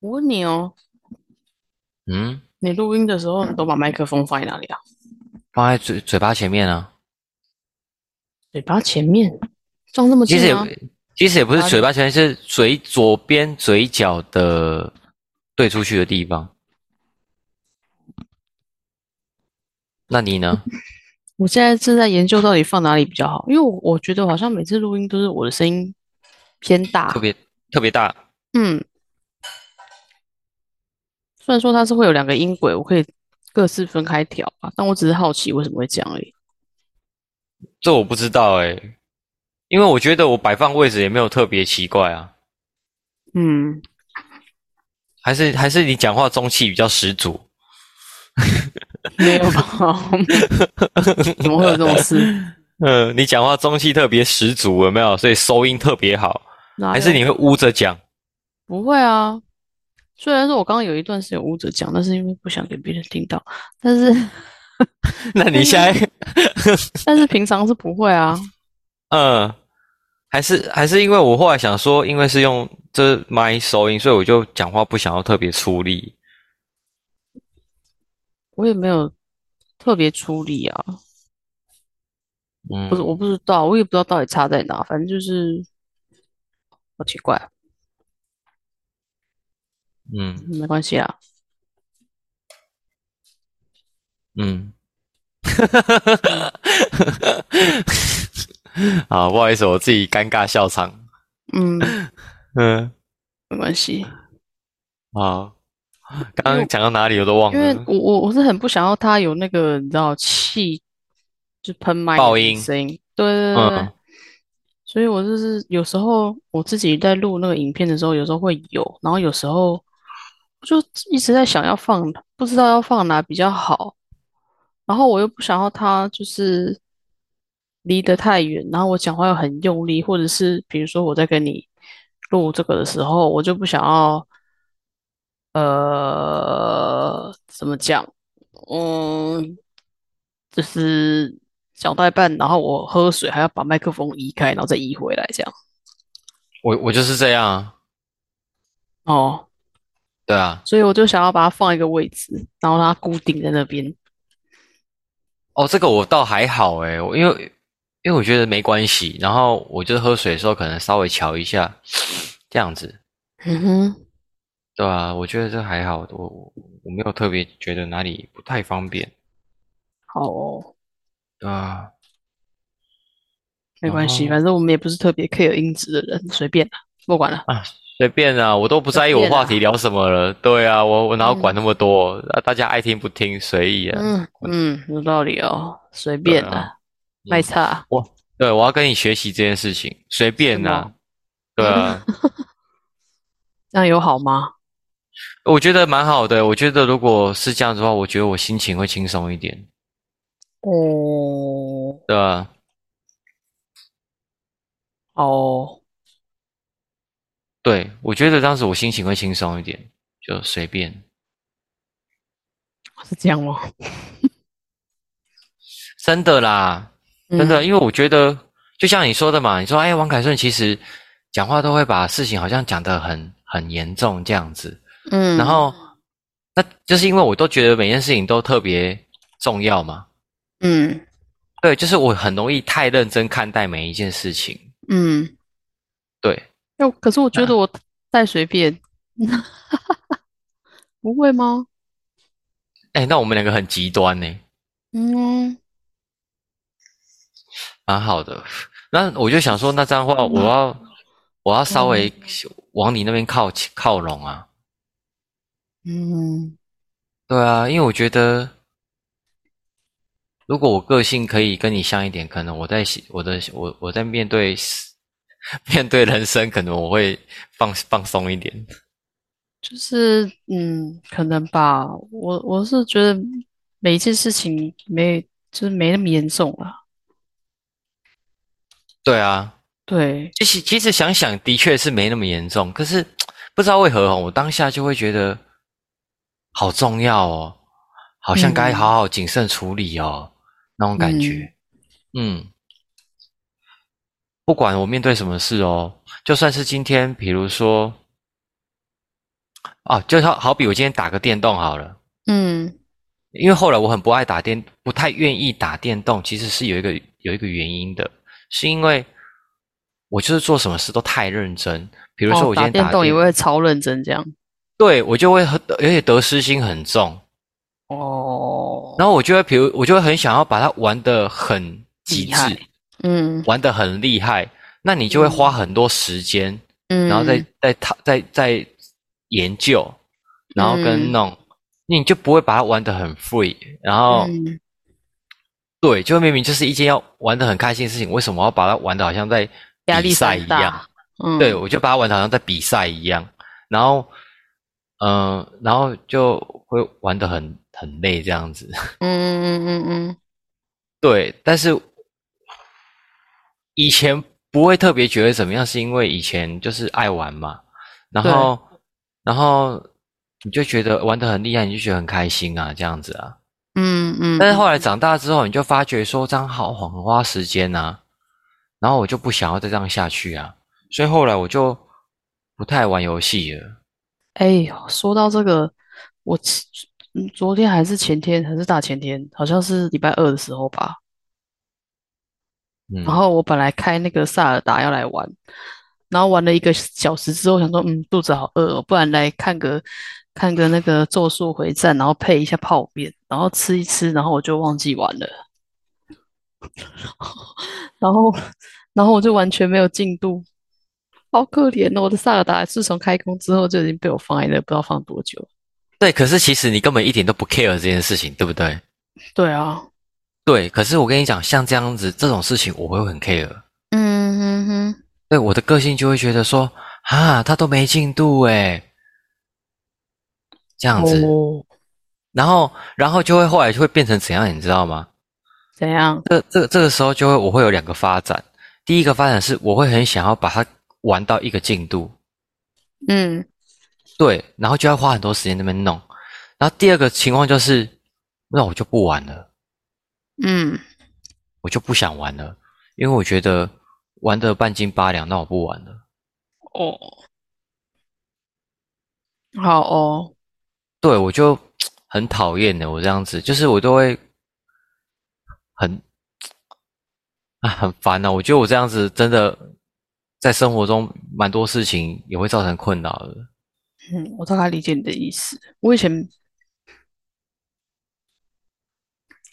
我问你哦，嗯，你录音的时候你都把麦克风放在哪里啊？放在嘴嘴巴前面啊。嘴巴前面，装这么其近实也吗？其实也不是啊哪里嘴巴前面，是嘴左边嘴角的对出去的地方。那 你呢？我现在正在研究到底放哪里比较好，因为我我觉得好像每次录音都是我的声音偏大特，别特别大，嗯，虽然说它是会有两个音轨，我可以各自分开调吧，但我只是好奇为什么会这样而已。这我不知道哎、因为我觉得我摆放位置也没有特别奇怪啊。嗯，还是还是你讲话中气比较十足。没有吧？ 怎么会有这种事？呃，你讲话中气特别十足，有没有？所以收音特别好。哪 还是有你会捂着讲？不会啊，虽然说我刚刚有一段是有捂着讲，但是因为不想给别人听到，但是 那你现在？但是平常是不会啊。嗯，还是还是因为我后来想说，因为是用这麦收音，所以我就讲话不想要特别出力。我也没有特别处理啊，嗯不是，我不知道，我也不知道到底差在哪，反正就是好奇怪啊，嗯没关系啊，嗯， 啊，不好意思，我自己尴尬笑场。嗯，嗯， 没关系，好，刚刚讲到哪里我都忘因为了。我我我是很不想要他有那个你知道气，就喷麦的爆那个音声音，对对对对对嗯，所以我就是有时候我自己在录那个影片的时候，有时候会有，然后有时候我就一直在想要放，不知道要放哪比较好，然后我又不想要它就是离得太远，然后我讲话又很用力，或者是比如说我在跟你录这个的时候，我就不想要，呃，怎么讲，嗯，就是讲到一半，然后我喝水还要把麦克风移开，然后再移回来，这样。我我就是这样啊。哦，对啊，所以我就想要把它放一个位置，然后让它固定在那边。哦，这个我倒还好诶，我因为因为我觉得没关系。然后我就是喝水的时候可能稍微瞧一下，这样子。嗯哼，对啊，我觉得这还好，我我我没有特别觉得哪里不太方便，好哦，对啊，没关系，哦反正我们也不是特别 care 音质的人，随便啦，不管了。随便啊，我都不在意我随便啊话题聊什么了，对啊，我我哪有管那么多，啊大家爱听不听随意啊，嗯嗯，有道理哦，随便对啊啦，卖啊差。我对我要跟你学习这件事情，随便什啊，对 啊，这样有好吗？我觉得蛮好的，我觉得如果是这样子的话，我觉得我心情会轻松一点，哦，对啊，哦，对，我觉得当时我心情会轻松一点，就随便。是这样哦吗？真的啦，真的，嗯因为我觉得就像你说的嘛，你说哎，王凯顺其实讲话都会把事情好像讲得很很严重这样子，嗯，然后那就是因为我都觉得每件事情都特别重要嘛，嗯对，就是我很容易太认真看待每一件事情，嗯，对，要可是我觉得我太随便， 不会吗？哎，那我们两个很极端呢、嗯蛮好的。那我就想说，那这样的话，我要我要稍微往你那边靠靠拢啊，嗯。对啊，因为我觉得，如果我个性可以跟你像一点，可能我在喜我的我我在面对 面对人生，可能我会放放松一点。就是嗯，可能吧。我我是觉得每一件事情没就是没那么严重了。对啊，对，其实其实想想，的确是没那么严重，可是不知道为何哦，我当下就会觉得好重要哦，好像该嗯好好谨慎处理哦，那种感觉。嗯，不管我面对什么事哦，就算是今天，比如说啊，就好好比我今天打个电动好了，嗯因为后来我很不爱打电，不太愿意打电动，其实是有一个有一个原因的，是因为我就是做什么事都太认真，比如说哦，我今打天电动也电会超认真这样。对我就会很而且得失心很重，哦，然后我就会比如我就会很想要把它玩得很极厉害致，嗯玩得很厉害，那你就会花很多时间，嗯，然后再再讨再再研究，然后跟嗯弄，你就不会把它玩得很 free。然后、嗯对，就明明就是一件要玩得很开心的事情，为什么我要把它玩得好像在压比力山赛一样大？。嗯，对，我就把它玩得好像在比赛一样，然后嗯、呃然后就会玩得很很累这样子。 嗯嗯嗯嗯对，但是以前不会特别觉得怎么样，是因为以前就是爱玩嘛，然对后然后你就觉得玩得很厉害，你就觉得很开心啊，这样子啊。嗯嗯，但是后来来长大之后，你就发觉说这样好很花时间啊，然后我就不想要再这样下去啊，所以后来我就不太玩游戏了。哎呦，说到这个，我其嗯昨天还是前天还是大前天，好像是礼拜二的时候吧。嗯然，后我本来开那个萨尔达要来玩，然后玩了一个小时之后，想说嗯肚子好饿、哦，不然来看个看个那个咒术回战，然后配一下泡面，然后吃一吃，然后我就忘记玩了， 然后然后我就完全没有进度，好可怜哦！我的萨尔达自从开工之后就已经被我放在那，不知道放多久。对，可是其实你根本一点都不 care 这件事情，对不对？对啊，对，可是我跟你讲，像这样子这种事情，我会很 care。嗯哼哼，对我的个性就会觉得说，啊，他都没进度诶，这样子，哦，然后，然后就会后来就会变成怎样，你知道吗？怎样？这这这个时候就会我会有两个发展，第一个发展是我会很想要把它玩到一个进度，嗯，对，然后就要花很多时间在那边弄，然后第二个情况就是，那我就不玩了，嗯，我就不想玩了，因为我觉得玩的半斤八两，那我不玩了。哦，好哦。对，我就很讨厌的，我这样子，就是我都会很 啊很烦呐、我觉得我这样子真的在生活中蛮多事情也会造成困扰的。嗯，我大概理解你的意思。我以前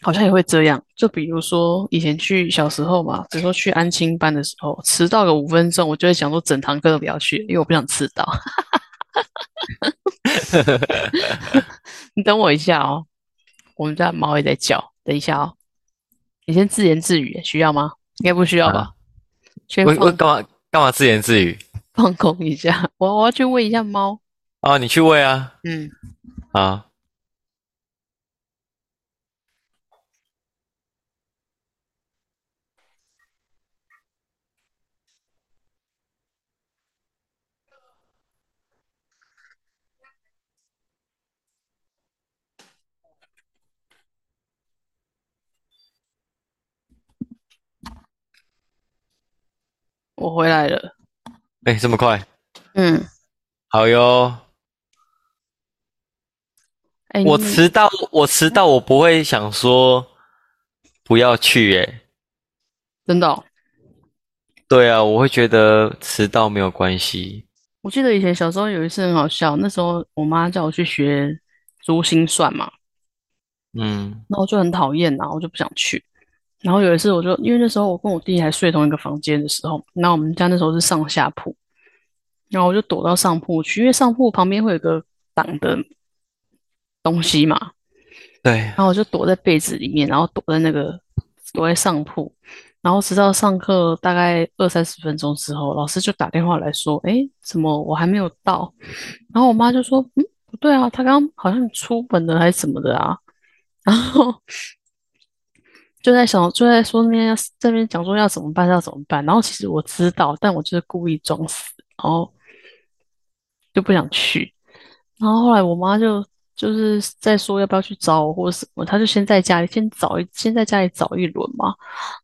好像也会这样，就比如说以前去小时候嘛，比如说去安亲班的时候，迟到个五分钟，我就会想说整堂课都不要去，因为我不想迟到。 你等我一下哦，我们家猫也在叫，等一下哦。你先自言自语，需要吗？应该不需要吧？啊先我我放干嘛干嘛自言自语？放空一下，我我要去喂一下猫。啊，你去喂啊嗯，啊！我回来了。哎，这么快，嗯，好哟！哎，我你迟到，我迟到，我不会想说不要去、欸，真的哦对啊，我会觉得迟到没有关系。我记得以前小时候有一次很好笑，那时候我妈叫我去学珠心算嘛，嗯然后我就很讨厌啊，我就不想去。然后有一次，我就因为那时候我跟我弟还睡同一个房间的时候，然后我们家那时候是上下铺，然后我就躲到上铺去，因为上铺旁边会有个挡的东西嘛，对，啊然后我就躲在被子里面，然后躲在那个躲在上铺，然后直到上课大概二三十分钟之后，老师就打电话来说：“哎，怎么我还没有到？”然后我妈就说：“嗯，不对啊，她刚刚好像出门了还是怎么的啊？”然后就在想，就在说那边要这边讲说要怎么办，要怎么办。然后其实我知道，但我就是故意装死，然后就不想去。然后后来我妈就就是在说要不要去找我或者什么，她就先在家里先找一先在家里找一轮嘛。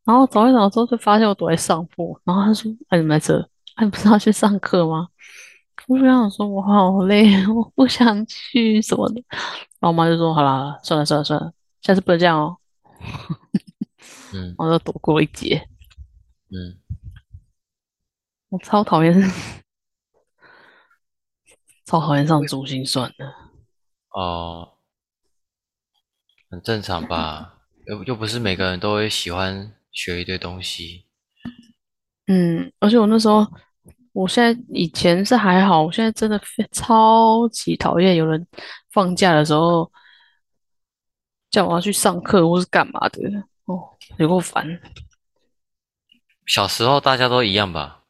然后找一找之后就发现我躲在上铺，然后她说：“哎，你们在这？哎，你不是要去上课吗？”我就想说，我好累，我不想去什么的。然后我妈就说：“好啦，好啦算了算了算了，下次不能这样哦。”嗯然后就躲过一劫。嗯，我超讨厌， 超讨厌上珠心算的。哦，很正常吧？又又不是每个人都会喜欢学一堆东西。嗯，而且我那时候，我现在以前是还好，我现在真的非超级讨厌有人放假的时候叫我要去上课或是干嘛的，哦，有够烦。小时候大家都一样吧？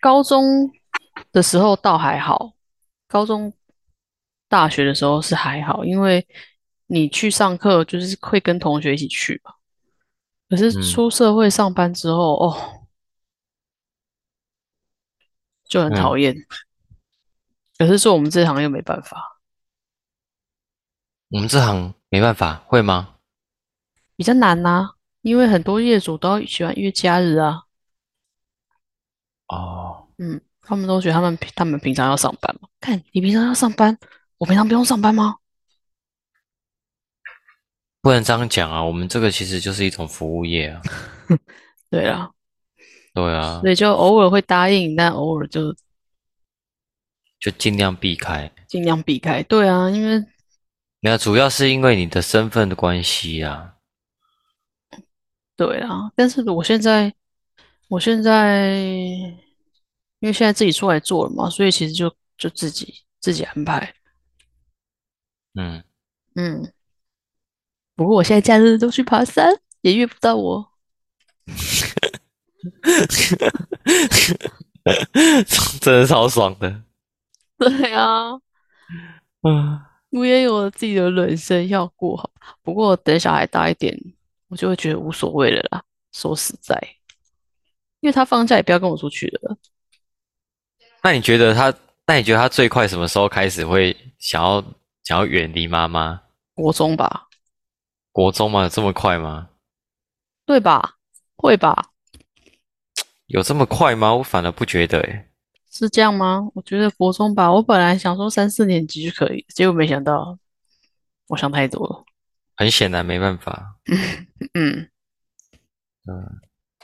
高中的时候倒还好，高中、大学的时候是还好，因为你去上课就是会跟同学一起去嘛。可是嗯出社会上班之后，哦，就很嗯讨厌。可是做我们这行又没办法，我们这行没办法，会吗？比较难呐、因为很多业主都要喜欢约假日啊，哦，嗯，他们都觉得他们他们平常要上班嘛，看你平常要上班，我平常不用上班吗？不能这样讲啊，我们这个其实就是一种服务业 啊。对啊啦。对啊，所以就偶尔会答应，但偶尔就就尽量避开。尽量避开。对啊，因为没有，主要是因为你的身份的关系啊。对啊，但是我现在，我现在因为现在自己出来做了嘛，所以其实就就自己自己安排。嗯，嗯，不过我现在假日都去爬山，也遇不到我。 真的超爽的。对啊，嗯，我也有我自己的人生要过好。不过等小孩大一点，我就会觉得无所谓了啦。说实在，因为他放假也不要跟我出去了。那你觉得他？那你觉得他最快什么时候开始会想要想要远离妈妈？国中吧，国中吗？有这么快吗？对吧？会吧？有这么快吗？我反而不觉得、欸。是这样吗？我觉得国中吧，我本来想说三四年级就可以，结果没想到，我想太多了。很显然没办法。嗯，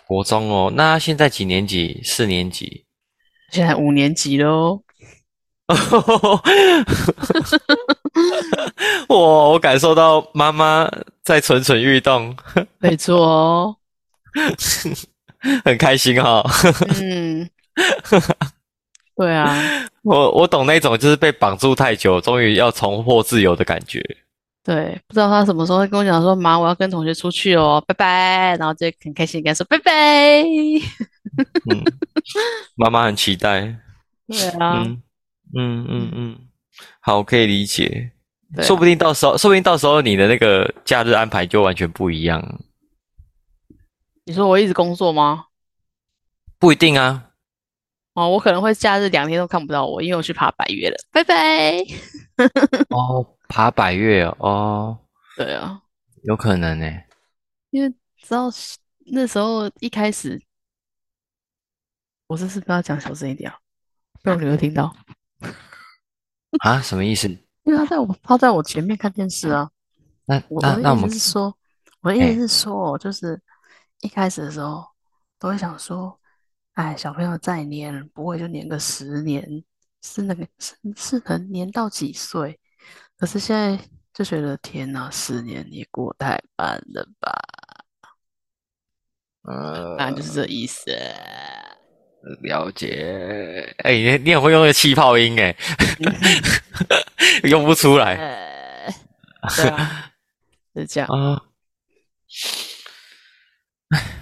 国中哦，那现在几年级？四年级。现在五年级了哦， 我我感受到妈妈在蠢蠢欲动，没错 哦。很开心哈、嗯，对啊，我我懂那种就是被绑住太久，终于要重获自由的感觉。对，不知道他什么时候会跟我讲说，妈，我要跟同学出去哦，拜拜。然后就很开心地跟他说拜拜。 嗯，妈妈很期待。对啊，嗯嗯嗯嗯，好，我可以理解。对啊说不定到时候，说不定到时候你的那个假日安排就完全不一样，你说我一直工作吗？不一 定啊。哦，我可能会假日两天都看不到我，因为我去爬百越了。拜拜。哦，爬百越哦哦，对啊。有可能欸呢、因为知道是那时候一开始，我这是不是要讲小声一点啊？被我女儿听到，啊，什么意思？因为她在我她在我前面看电视啊。那我那我那的我意们思是说，我的意哎思是说，就是一开始的时候都会想说，哎，小朋友再黏，不会就黏个十年，是那个是是能黏到几岁？可是现在就觉得天哪，十年也过太慢了吧？呃反正啊就是这意 思。了解。哎、你你很会用那个气泡音哎、用不出来呃，哎对啊，是 这样。啊。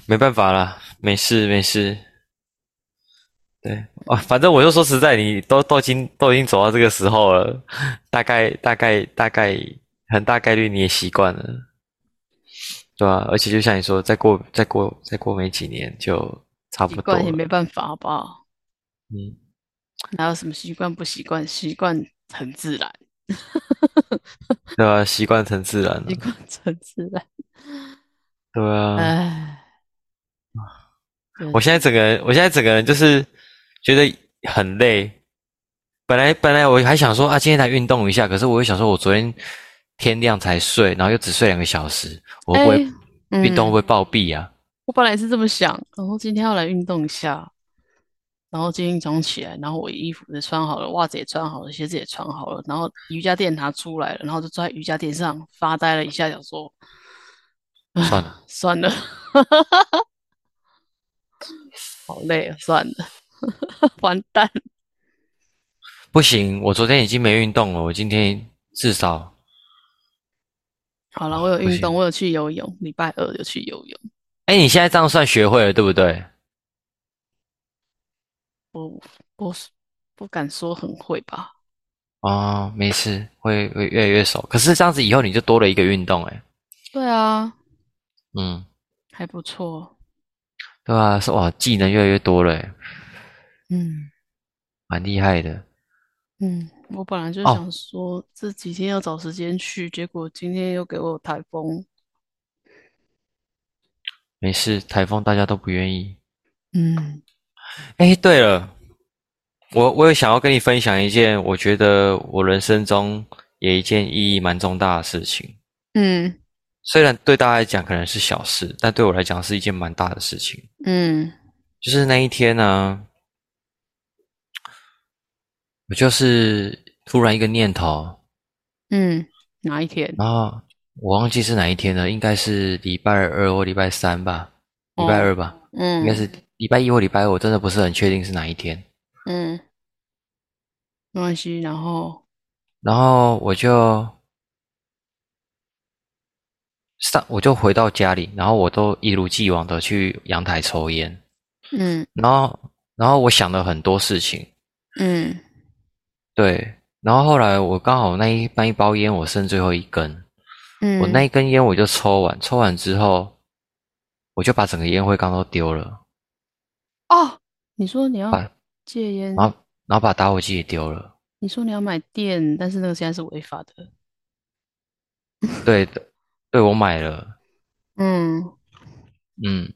没办法啦，没事没事。对啊，反正我就说实在，你都都已经都已经走到这个时候了，大概大概大概很大概率你也习惯了，对吧、而且就像你说，再过再过再过没几年就差习不多惯了。也没办法，好不好？嗯，哪有什么习惯不习惯？习惯很自然，对啊，习惯成自然了习。惯嗯很自然。对啊，唉，我现在整个人，我现在整个人就是觉得很累。本来本来我还想说啊，今天来运动一下，可是我又想说，我昨天天亮才睡，然后又只睡两个小时，我会不会哎嗯运动会不会暴 毙啊？我本来是这么想，然后今天要来运动一下，然后今天早上起来，然后我衣服也穿好了，袜子也穿好了，鞋子也穿好了，然后瑜伽垫拿出来了，然后就坐在瑜伽垫上发呆了一下，想说算了，算 了，好累啊，算了，完蛋，不行，我昨天已经没运动了，我今天至少好了，我有不运行动，我有去游泳，礼拜二有去游泳，哎，你现在这样算学会了，对不对？我我是不敢说很会吧，哦，没事，会会越来越熟。可是这样子以后你就多了一个运动，哎，对啊，嗯，还不错，对啊，是哇，技能越来越多了，哎，嗯蛮厉害的。嗯，我本来就哦想说这几天要找时间去，结果今天又给我台风，没事，台风大家都不愿意。嗯，哎，对了，我我有想要跟你分享一件我觉得我人生中也一件意义蛮重大的事情。嗯虽然对大家来讲可能是小事，但对我来讲是一件蛮大的事情。嗯就是那一天呢，我就是突然一个念头，嗯，哪一天？然后我忘记是哪一天了，应该是礼拜二或礼拜三吧，礼拜哦二吧，嗯应该是礼拜一或礼拜二，我真的不是很确定是哪一天。嗯，没关系，然后然后我就上，我就回到家里，然后我都一如既往的去阳台抽烟，嗯然后然后我想了很多事情，嗯对，然后后来我刚好那一那一包烟我剩最后一根，我嗯那一根烟我就抽完，抽完之后我就把整个烟灰缸都丢了，哦，你说你要把戒烟，然后然后把打火机也丢了，你说你要买电，但是那个现在是违法的。对的，对我买了，嗯，嗯，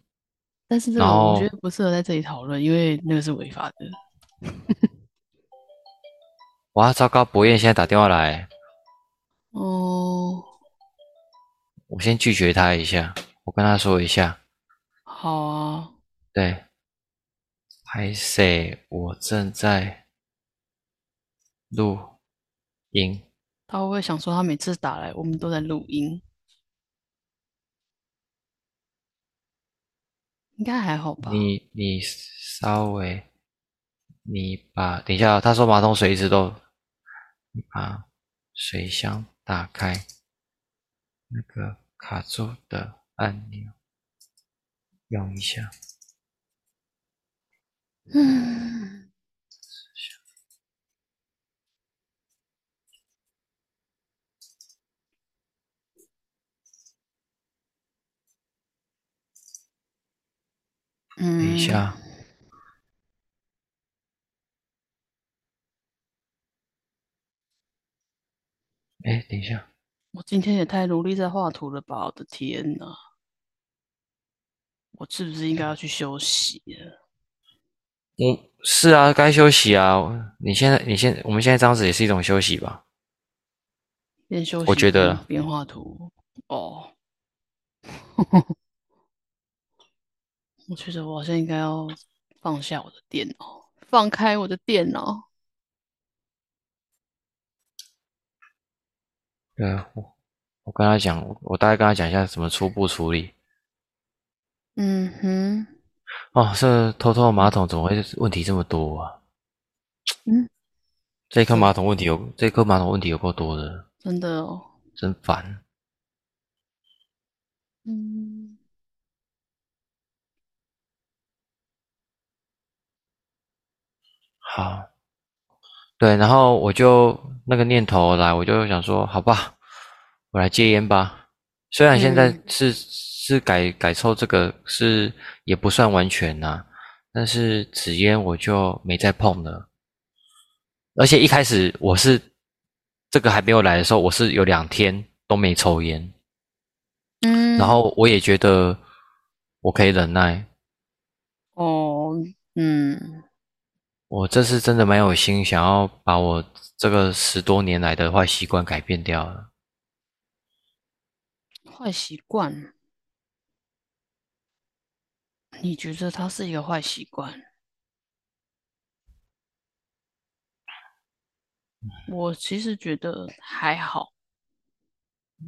但是这然个我觉后得不适合在这里讨论，因为那个是违法的。哇，糟糕，博彦现在打电话来，哦，我先拒绝他一下，我跟他说一下，好啊，对，拍摄，我正在录音，他会不会想说他每次打来，我们都在录音？应该还好吧？你你稍微，你把等一下哦，他说马桶水一直都，你把水箱打开，那个卡住的按钮用一下。嗯，等等一下，哎、等一下，我今天也太努力在画图了吧！我的天呐，我是不是应哎该要去休息了？我是啊，该休息啊。你现在，你现，我们现在这样子也是一种休息吧？边休我息觉得边啦边画图哦。我觉得我好像应该要放下我的电脑，放开我的电脑。对啊，我我跟他讲，我大概跟他讲一下怎么初步处理。嗯哼，哦，这偷偷的马桶怎么会问题这么多啊？嗯，这一颗马桶问题有，这一颗马桶问题有够多的，真的哦，真烦。嗯，好，对，然后我就那个念头来，我就想说，好吧，我来戒烟吧。虽然现在嗯是、是改改抽这个是也不算完全呐、但是纸烟我就没再碰了。而且一开始我是这个还没有来的时候，我是有两天都没抽烟，嗯，然后我也觉得我可以忍耐，哦，嗯，我这次真的蛮有心，想要把我这个十多年来的坏习惯改变掉了。坏习惯，你觉得它是一个坏习惯？嗯我其实觉得还好，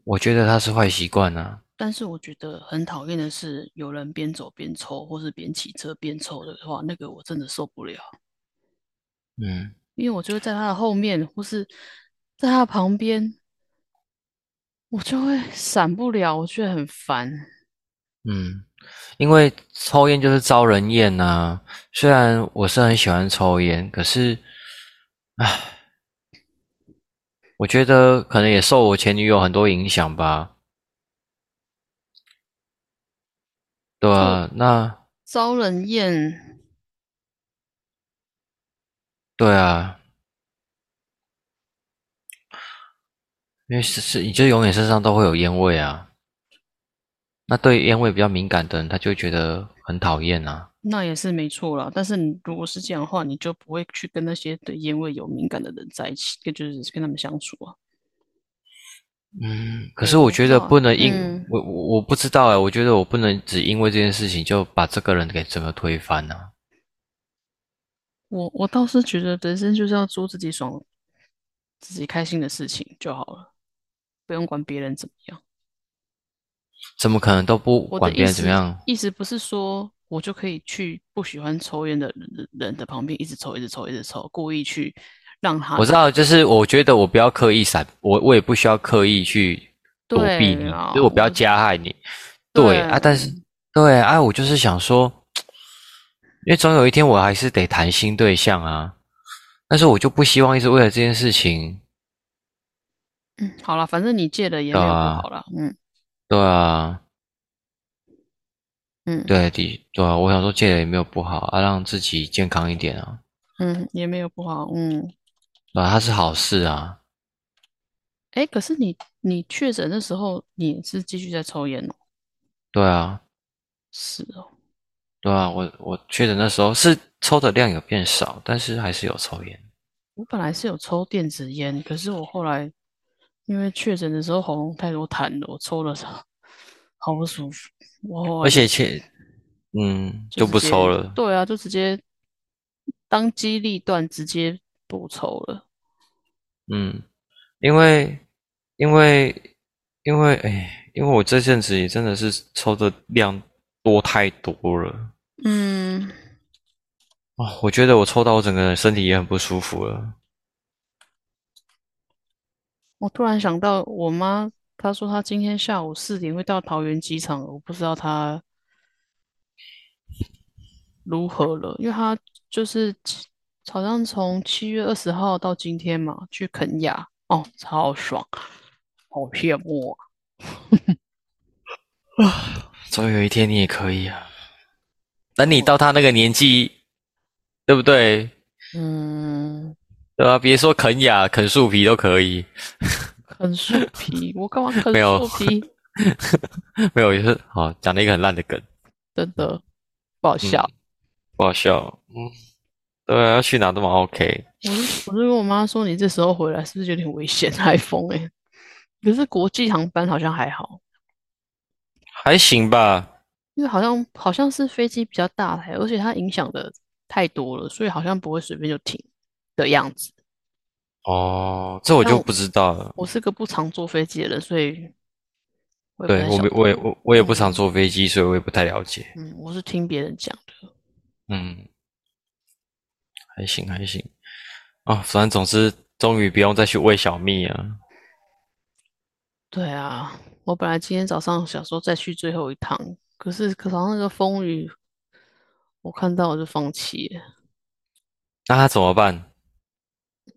我觉得它是坏习惯啊，但是我觉得很讨厌的是，有人边走边抽，或是边骑车边抽的话，那个我真的受不了，嗯，因为我就会在他的后面，或是在他的旁边，我就会闪不了，我觉得很烦。嗯，因为抽烟就是招人厌呐、虽然我是很喜欢抽烟，可是，唉，我觉得可能也受我前女友很多影响吧。对啊，那招人厌，对啊，因为是是，你就永远身上都会有烟味啊。那对烟味比较敏感的人，他就会觉得很讨厌啊。那也是没错啦，但是你如果是这样的话，你就不会去跟那些对烟味有敏感的人在一起，也就是跟他们相处啊。嗯，可是对我我觉知得道不能因、嗯我我我不知道哎、我觉得我不能只因为这件事情就把这个人给整个推翻啊。我我倒是觉得人生就是要做自己爽、自己开心的事情就好了，不用管别人怎么样。怎么可能都不我管的别意人思怎么样？意思不是说我就可以去不喜欢抽烟的人人的旁边一直抽、一直抽、一直抽，故意去让他我知道，就是我觉得我不要刻意闪，我我也不需要刻意去躲对避你，啊就是我不要我加害你。对对啊，但是对啊，我就是想说，因为总有一天我还是得谈新对象啊，但是我就不希望一直为了这件事情，嗯，好了，反正你戒了也没有不啊好啦，嗯对啊，嗯对的，对啊，我想说戒了也没有不好啊，让自己健康一点啊，嗯也没有不好，嗯。对啊，它是好事啊，哎，可是你你确诊的时候，你也是继续在抽烟哦？对啊，是哦，对啊，我我确诊的时候是抽的量有变少，但是还是有抽烟。我本来是有抽电子烟，可是我后来因为确诊的时候喉咙太多痰了，我抽了好不舒服。我后来而且且，嗯，就就直不接抽了。对啊，就直接当机立断，直接不抽了。嗯，因为因为因为哎，因为我这阵子也真的是抽的量多太多了嗯，哦，我觉得我抽到我整个人身体也很不舒服了。我突然想到，我妈她说她今天下午四点会到桃园机场，我不知道她如何了，因为她就是七好像从七月二十号到今天嘛，去肯亚，哦，超爽，好羡慕啊！总有一天你也可以啊。等哦你到他那个年纪，对不对？嗯，对吧、别说啃雅、啃树皮都可以， 啃树皮，我干嘛啃没有树皮？没有，就是好讲了一个很烂的梗，真的不嗯好笑。不好笑。嗯，对啊，要去哪都蛮 OK。我就我就跟我妈说，你这时候回来是不是有点危险？台风哎、可是国际航班好像还好，还行吧，因为好像好像是飞机比较大台，而且它影响的太多了，所以好像不会随便就停的样子。哦，这我但就我不知道了。我是个不常坐飞机的人，所以我也不对太我晓没，得。我也我我也不常嗯坐飞机，所以我也不太了解。嗯，我是听别人讲的。嗯，还行还行。哦，反正总之，终于不用再去喂小蜜啊。对啊，我本来今天早上想说再去最后一趟，可是可早上那个风雨，我看到我就放弃了。那他怎么办？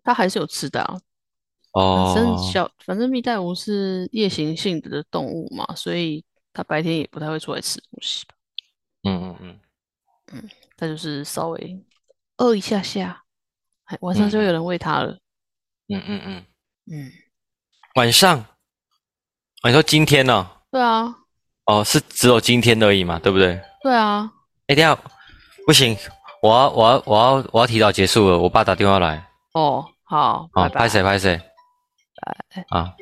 它还是有吃的啊，反正哦，小，反正蜜袋鼯是夜行性的动物嘛，所以它白天也不太会出来吃东西吧，嗯嗯嗯，它就是稍微饿一下下，哎，晚上就嗯有人喂它了。嗯嗯嗯。嗯，晚上，哦你说今天呢、对啊，哦，是只有今天而已嘛，对不对？对啊，哎，等一下不行，我要我要我要我要提早结束了，我爸打电话来，哦，好，拜好，拜。拍谁拍谁，啊。